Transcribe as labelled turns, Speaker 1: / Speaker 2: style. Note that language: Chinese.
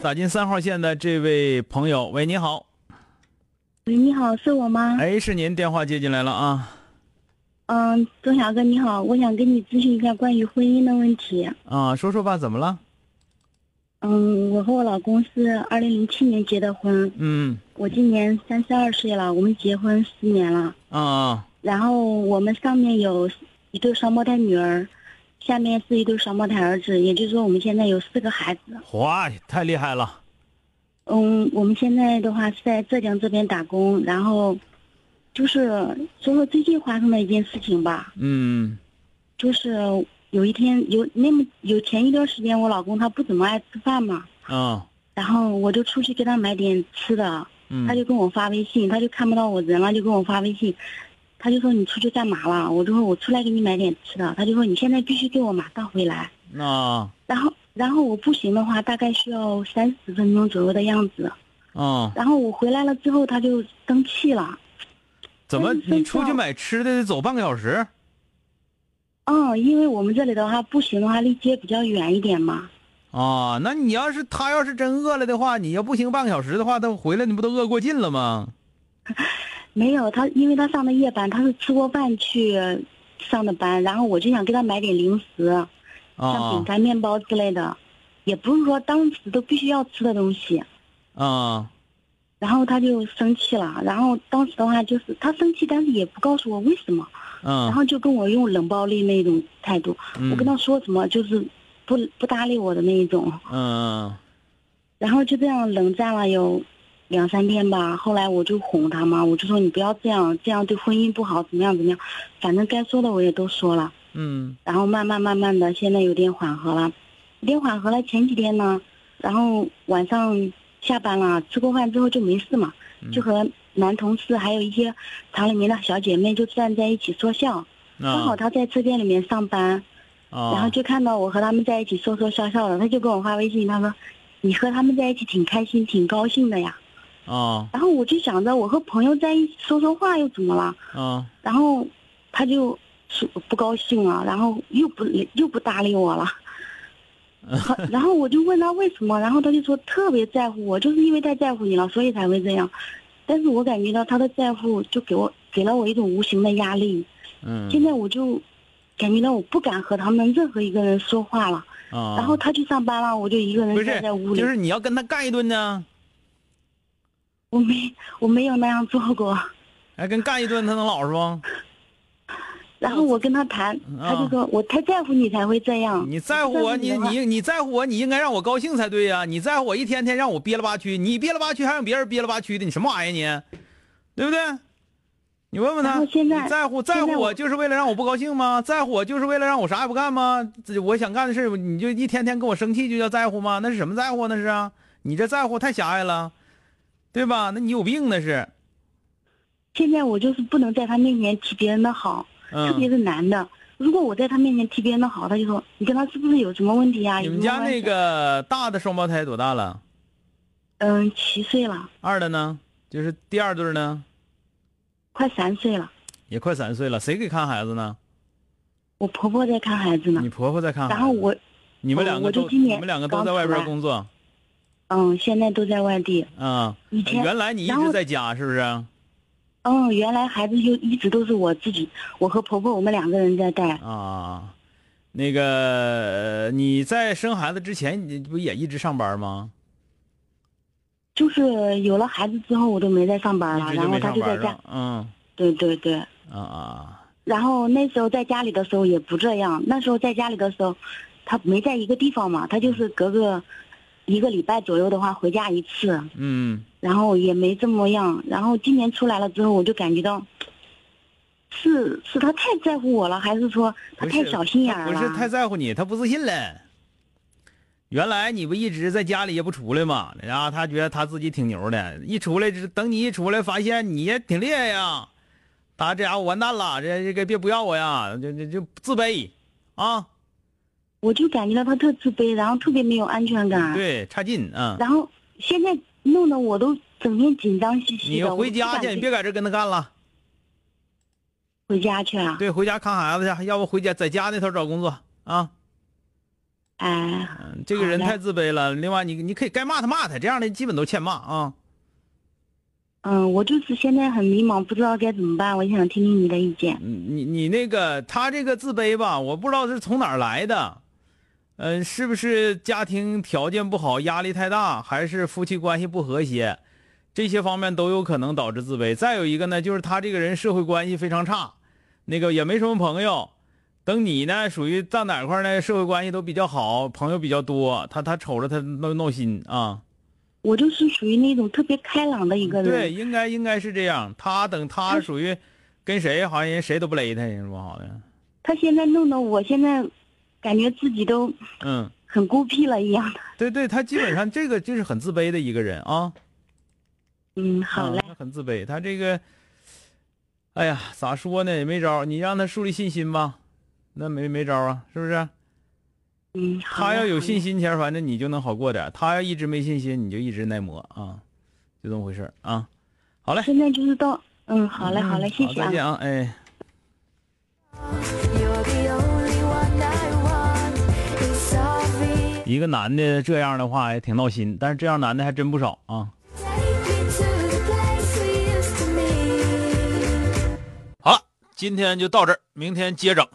Speaker 1: 打进三号线的这位朋友，喂，你好，
Speaker 2: 喂，你好，是我吗？
Speaker 1: 哎，是您电话接进来了啊
Speaker 2: 嗯，钟晓哥你好，我想跟你咨询一下关于婚姻的问题。
Speaker 1: 啊，说说吧，怎么了？
Speaker 2: 嗯，我和我老公是二零零七年结的婚，
Speaker 1: 嗯
Speaker 2: 我今年三十二岁了，我们结婚十年了。
Speaker 1: 啊
Speaker 2: 然后我们上面有一对双胞胎女儿，下面是一对双胞胎儿子，也就是说我们现在有四个孩子。
Speaker 1: 哇，太厉害了！
Speaker 2: 嗯，我们现在的话是在浙江这边打工，然后就是说说最近发生的一件事情吧。
Speaker 1: 嗯
Speaker 2: 就是有一天有那么有前一段时间，我老公他不怎么爱吃饭嘛，
Speaker 1: 啊
Speaker 2: 然后我就出去给他买点吃的，
Speaker 1: 嗯，
Speaker 2: 他就跟我发微信，他就看不到我人了，就跟我发微信，他就说你出去干嘛了？我就说我出来给你买点吃的，他就说你现在必须给我马上回来，
Speaker 1: 那、
Speaker 2: 然后然后我不行的话，大概需要三十分钟左右的样子，
Speaker 1: 啊，
Speaker 2: 然后我回来了之后他就生气了，
Speaker 1: 怎么
Speaker 2: 分
Speaker 1: 你出去
Speaker 2: 分
Speaker 1: 买吃的得走半个小时？
Speaker 2: 嗯，因为我们这里的话不行的话离街比较远一点嘛，
Speaker 1: 啊，那你要是他要是真饿了的话，你要不行半个小时的话，他回来你不都饿过劲了吗？
Speaker 2: 没有，他因为他上的夜班，他是吃过饭去上的班，然后我就想给他买点零食，像
Speaker 1: 啊
Speaker 2: 饼干、面包之类的，也不是说当时都必须要吃的东西。
Speaker 1: 啊
Speaker 2: 然后他就生气了，然后当时的话就是他生气，但是也不告诉我为什么，然
Speaker 1: 嗯
Speaker 2: 后就跟我用冷暴力那种态度，我跟
Speaker 1: 嗯
Speaker 2: 他说什么就是不不搭理我的那一种，
Speaker 1: 嗯
Speaker 2: 然后就这样冷战了有两三天吧。后来我就哄他嘛，我就说你不要这样，这样对婚姻不好，怎么样怎么样，反正该说的我也都说了。
Speaker 1: 嗯
Speaker 2: 然后慢慢慢慢的，现在有点缓和了，有点缓和了。前几天呢，然后晚上下班了，吃过饭之后就没事嘛，就和男同事还有一些厂里面的小姐妹就站在一起说笑。刚好
Speaker 1: 啊
Speaker 2: 他在车间里面上班，然后
Speaker 1: 啊
Speaker 2: 就看到我和他们在一起说说笑笑的，他就跟我发微信，他说：“你和他们在一起挺开心，挺高兴的呀。
Speaker 1: 啊”
Speaker 2: 然后我就想着，我和朋友在一起说说话又怎么了？
Speaker 1: 啊
Speaker 2: 然后他就说不高兴了，然后又不又不搭理我了。
Speaker 1: 嗯
Speaker 2: 好然后我就问他为什么，然后他就说特别在乎我，就是因为太在乎你了，所以才会这样。但是我感觉到他的在乎就给我给了我一种无形的压力。现
Speaker 1: 嗯
Speaker 2: 在我就感觉到我不敢和他们任何一个人说话了。
Speaker 1: 啊，
Speaker 2: 然后他去上班了，我就一个
Speaker 1: 不
Speaker 2: 人
Speaker 1: 是
Speaker 2: 待在屋里。
Speaker 1: 就是你要跟他干一顿呢，
Speaker 2: 我没我没有那样做 过。
Speaker 1: 哎，跟干一顿他能老实不？
Speaker 2: 然后我跟他谈，他就说我太在乎你才会这样。
Speaker 1: 啊你在乎我，你
Speaker 2: 不在乎的话
Speaker 1: 你你在乎我，你应该让我高兴才对呀、你在乎我一天天让我憋了吧屈，你憋了吧屈还让别人憋了吧屈的，你什么玩意儿你？对不对？你问问
Speaker 2: 然
Speaker 1: 他，
Speaker 2: 后现在
Speaker 1: 你在乎
Speaker 2: 现
Speaker 1: 在
Speaker 2: 在
Speaker 1: 乎我
Speaker 2: 我
Speaker 1: 就是为了让我不高兴吗？在乎我就是为了让我啥也不干吗？这我想干的事，你就一天天跟我生气，就叫在乎吗？那是什么在乎啊？那是啊，你这在乎太狭隘了，对吧？那你有病那是，
Speaker 2: 现在我就是不能在他面前提别人的好，特别
Speaker 1: 嗯。
Speaker 2: 是男的。如果我在他面前提别人的好，他就说你跟他是不是有什么问题啊？
Speaker 1: 你们
Speaker 2: 有什么
Speaker 1: 家
Speaker 2: 关系
Speaker 1: 那个大的双胞胎多大了？
Speaker 2: 嗯七岁了，
Speaker 1: 二的呢？就是第二对儿呢，
Speaker 2: 快三岁了，
Speaker 1: 也快三岁了，谁给看孩子呢？
Speaker 2: 我婆婆在看孩子呢
Speaker 1: 你。婆婆在看孩
Speaker 2: 然
Speaker 1: 子，
Speaker 2: 后我
Speaker 1: 你们
Speaker 2: 我
Speaker 1: 两个
Speaker 2: 我就
Speaker 1: 都
Speaker 2: 今
Speaker 1: 你
Speaker 2: 年
Speaker 1: 们两个都
Speaker 2: 刚
Speaker 1: 在外
Speaker 2: 出
Speaker 1: 边
Speaker 2: 来
Speaker 1: 工作
Speaker 2: 嗯现在都在外地，
Speaker 1: 啊、
Speaker 2: 以前
Speaker 1: 原来你一
Speaker 2: 然
Speaker 1: 直
Speaker 2: 后
Speaker 1: 在家是不是？
Speaker 2: 嗯原来孩子就一直都是我自己，我和婆婆我们两个人在带。
Speaker 1: 啊，那个呃你在生孩子之前，你不也一直上班吗？
Speaker 2: 就是有了孩子之后，我都没再上班
Speaker 1: 一
Speaker 2: 了，
Speaker 1: 直
Speaker 2: 啊然后
Speaker 1: 没
Speaker 2: 他
Speaker 1: 上
Speaker 2: 就在
Speaker 1: 班
Speaker 2: 家
Speaker 1: 上，，嗯
Speaker 2: 对对对。
Speaker 1: 啊啊，
Speaker 2: 然后那时候在家里的时候也不这样，那时候在家里的时候，他没在一个地方嘛，他就是隔个一个礼拜左右的话回家一次，
Speaker 1: 嗯
Speaker 2: 然后也没这么样。然后今年出来了之后，我就感觉到，是是他太在乎我了，还是说他
Speaker 1: 不
Speaker 2: 太
Speaker 1: 是
Speaker 2: 小心眼
Speaker 1: 他
Speaker 2: 儿
Speaker 1: 不
Speaker 2: 了？
Speaker 1: 是太在乎你，他不自信了。原来你不一直在家里也不出来嘛，然后他觉得他自己挺牛的，一出来之等你一出来，发现你也挺厉害呀，他这家伙完蛋了，这这个别不要我呀，这这就自卑啊，
Speaker 2: 我就感觉到他特自卑，然后特别没有安全感。
Speaker 1: 对，差劲啊。
Speaker 2: 然后现在弄得我都整天紧张兮兮
Speaker 1: 你
Speaker 2: 的。我
Speaker 1: 回
Speaker 2: 都不
Speaker 1: 家
Speaker 2: 敢
Speaker 1: 去，你别在这跟他干了。
Speaker 2: 回家去啊！
Speaker 1: 对，回家看孩子去，要不回家在家那头找工作啊。
Speaker 2: 哎，
Speaker 1: 嗯，这个
Speaker 2: 好
Speaker 1: 人
Speaker 2: 嘞
Speaker 1: 太自卑了。另外你，你可以该骂他骂他，这样的基本都欠骂啊。
Speaker 2: 嗯，我就是现在很迷茫，不知道该怎么办，我想听听你的意见。
Speaker 1: 嗯你你那个他这个自卑吧，我不知道是从哪儿来的，嗯、是不是家庭条件不好，压力太大，还是夫妻关系不和谐，这些方面都有可能导致自卑。再有一个呢，就是他这个人社会关系非常差，那个也没什么朋友。等你呢，属于到哪块儿呢，社会关系都比较好，朋友比较多，他他瞅着他闹闹心啊。
Speaker 2: 我就是属于那种特别开朗的一个
Speaker 1: 嗯
Speaker 2: 人。
Speaker 1: 对，应该应该是这样。他等他属于跟谁好像人谁都不勒他，人不好的。
Speaker 2: 他现在弄得我现在感觉自己都
Speaker 1: 嗯，
Speaker 2: 很孤僻了一样的。
Speaker 1: 对对，他基本上这个就是很自卑的一个人啊。
Speaker 2: 嗯，好嘞
Speaker 1: 啊，他很自卑，他这个，哎呀，咋说呢？也没招儿你让他树立信心吧，那没没招儿啊，是不是？
Speaker 2: 嗯，好
Speaker 1: 他
Speaker 2: 嘞
Speaker 1: 要有
Speaker 2: 好嘞
Speaker 1: 信心前儿，反正你就能好过点儿；他要一直没信心，你就一直耐磨啊，就这么回事儿啊。好嘞，
Speaker 2: 现在就是到，嗯，好嘞，好嘞，谢
Speaker 1: 好
Speaker 2: 谢啊
Speaker 1: 再。见啊，哎。
Speaker 3: You're the only one I want. It's obvious.
Speaker 1: 一个男的这样的话也挺闹心，但是这样男的还真不少啊。
Speaker 3: Take me to the place we used to meet.
Speaker 1: 好了，今天就到这儿，明天接着。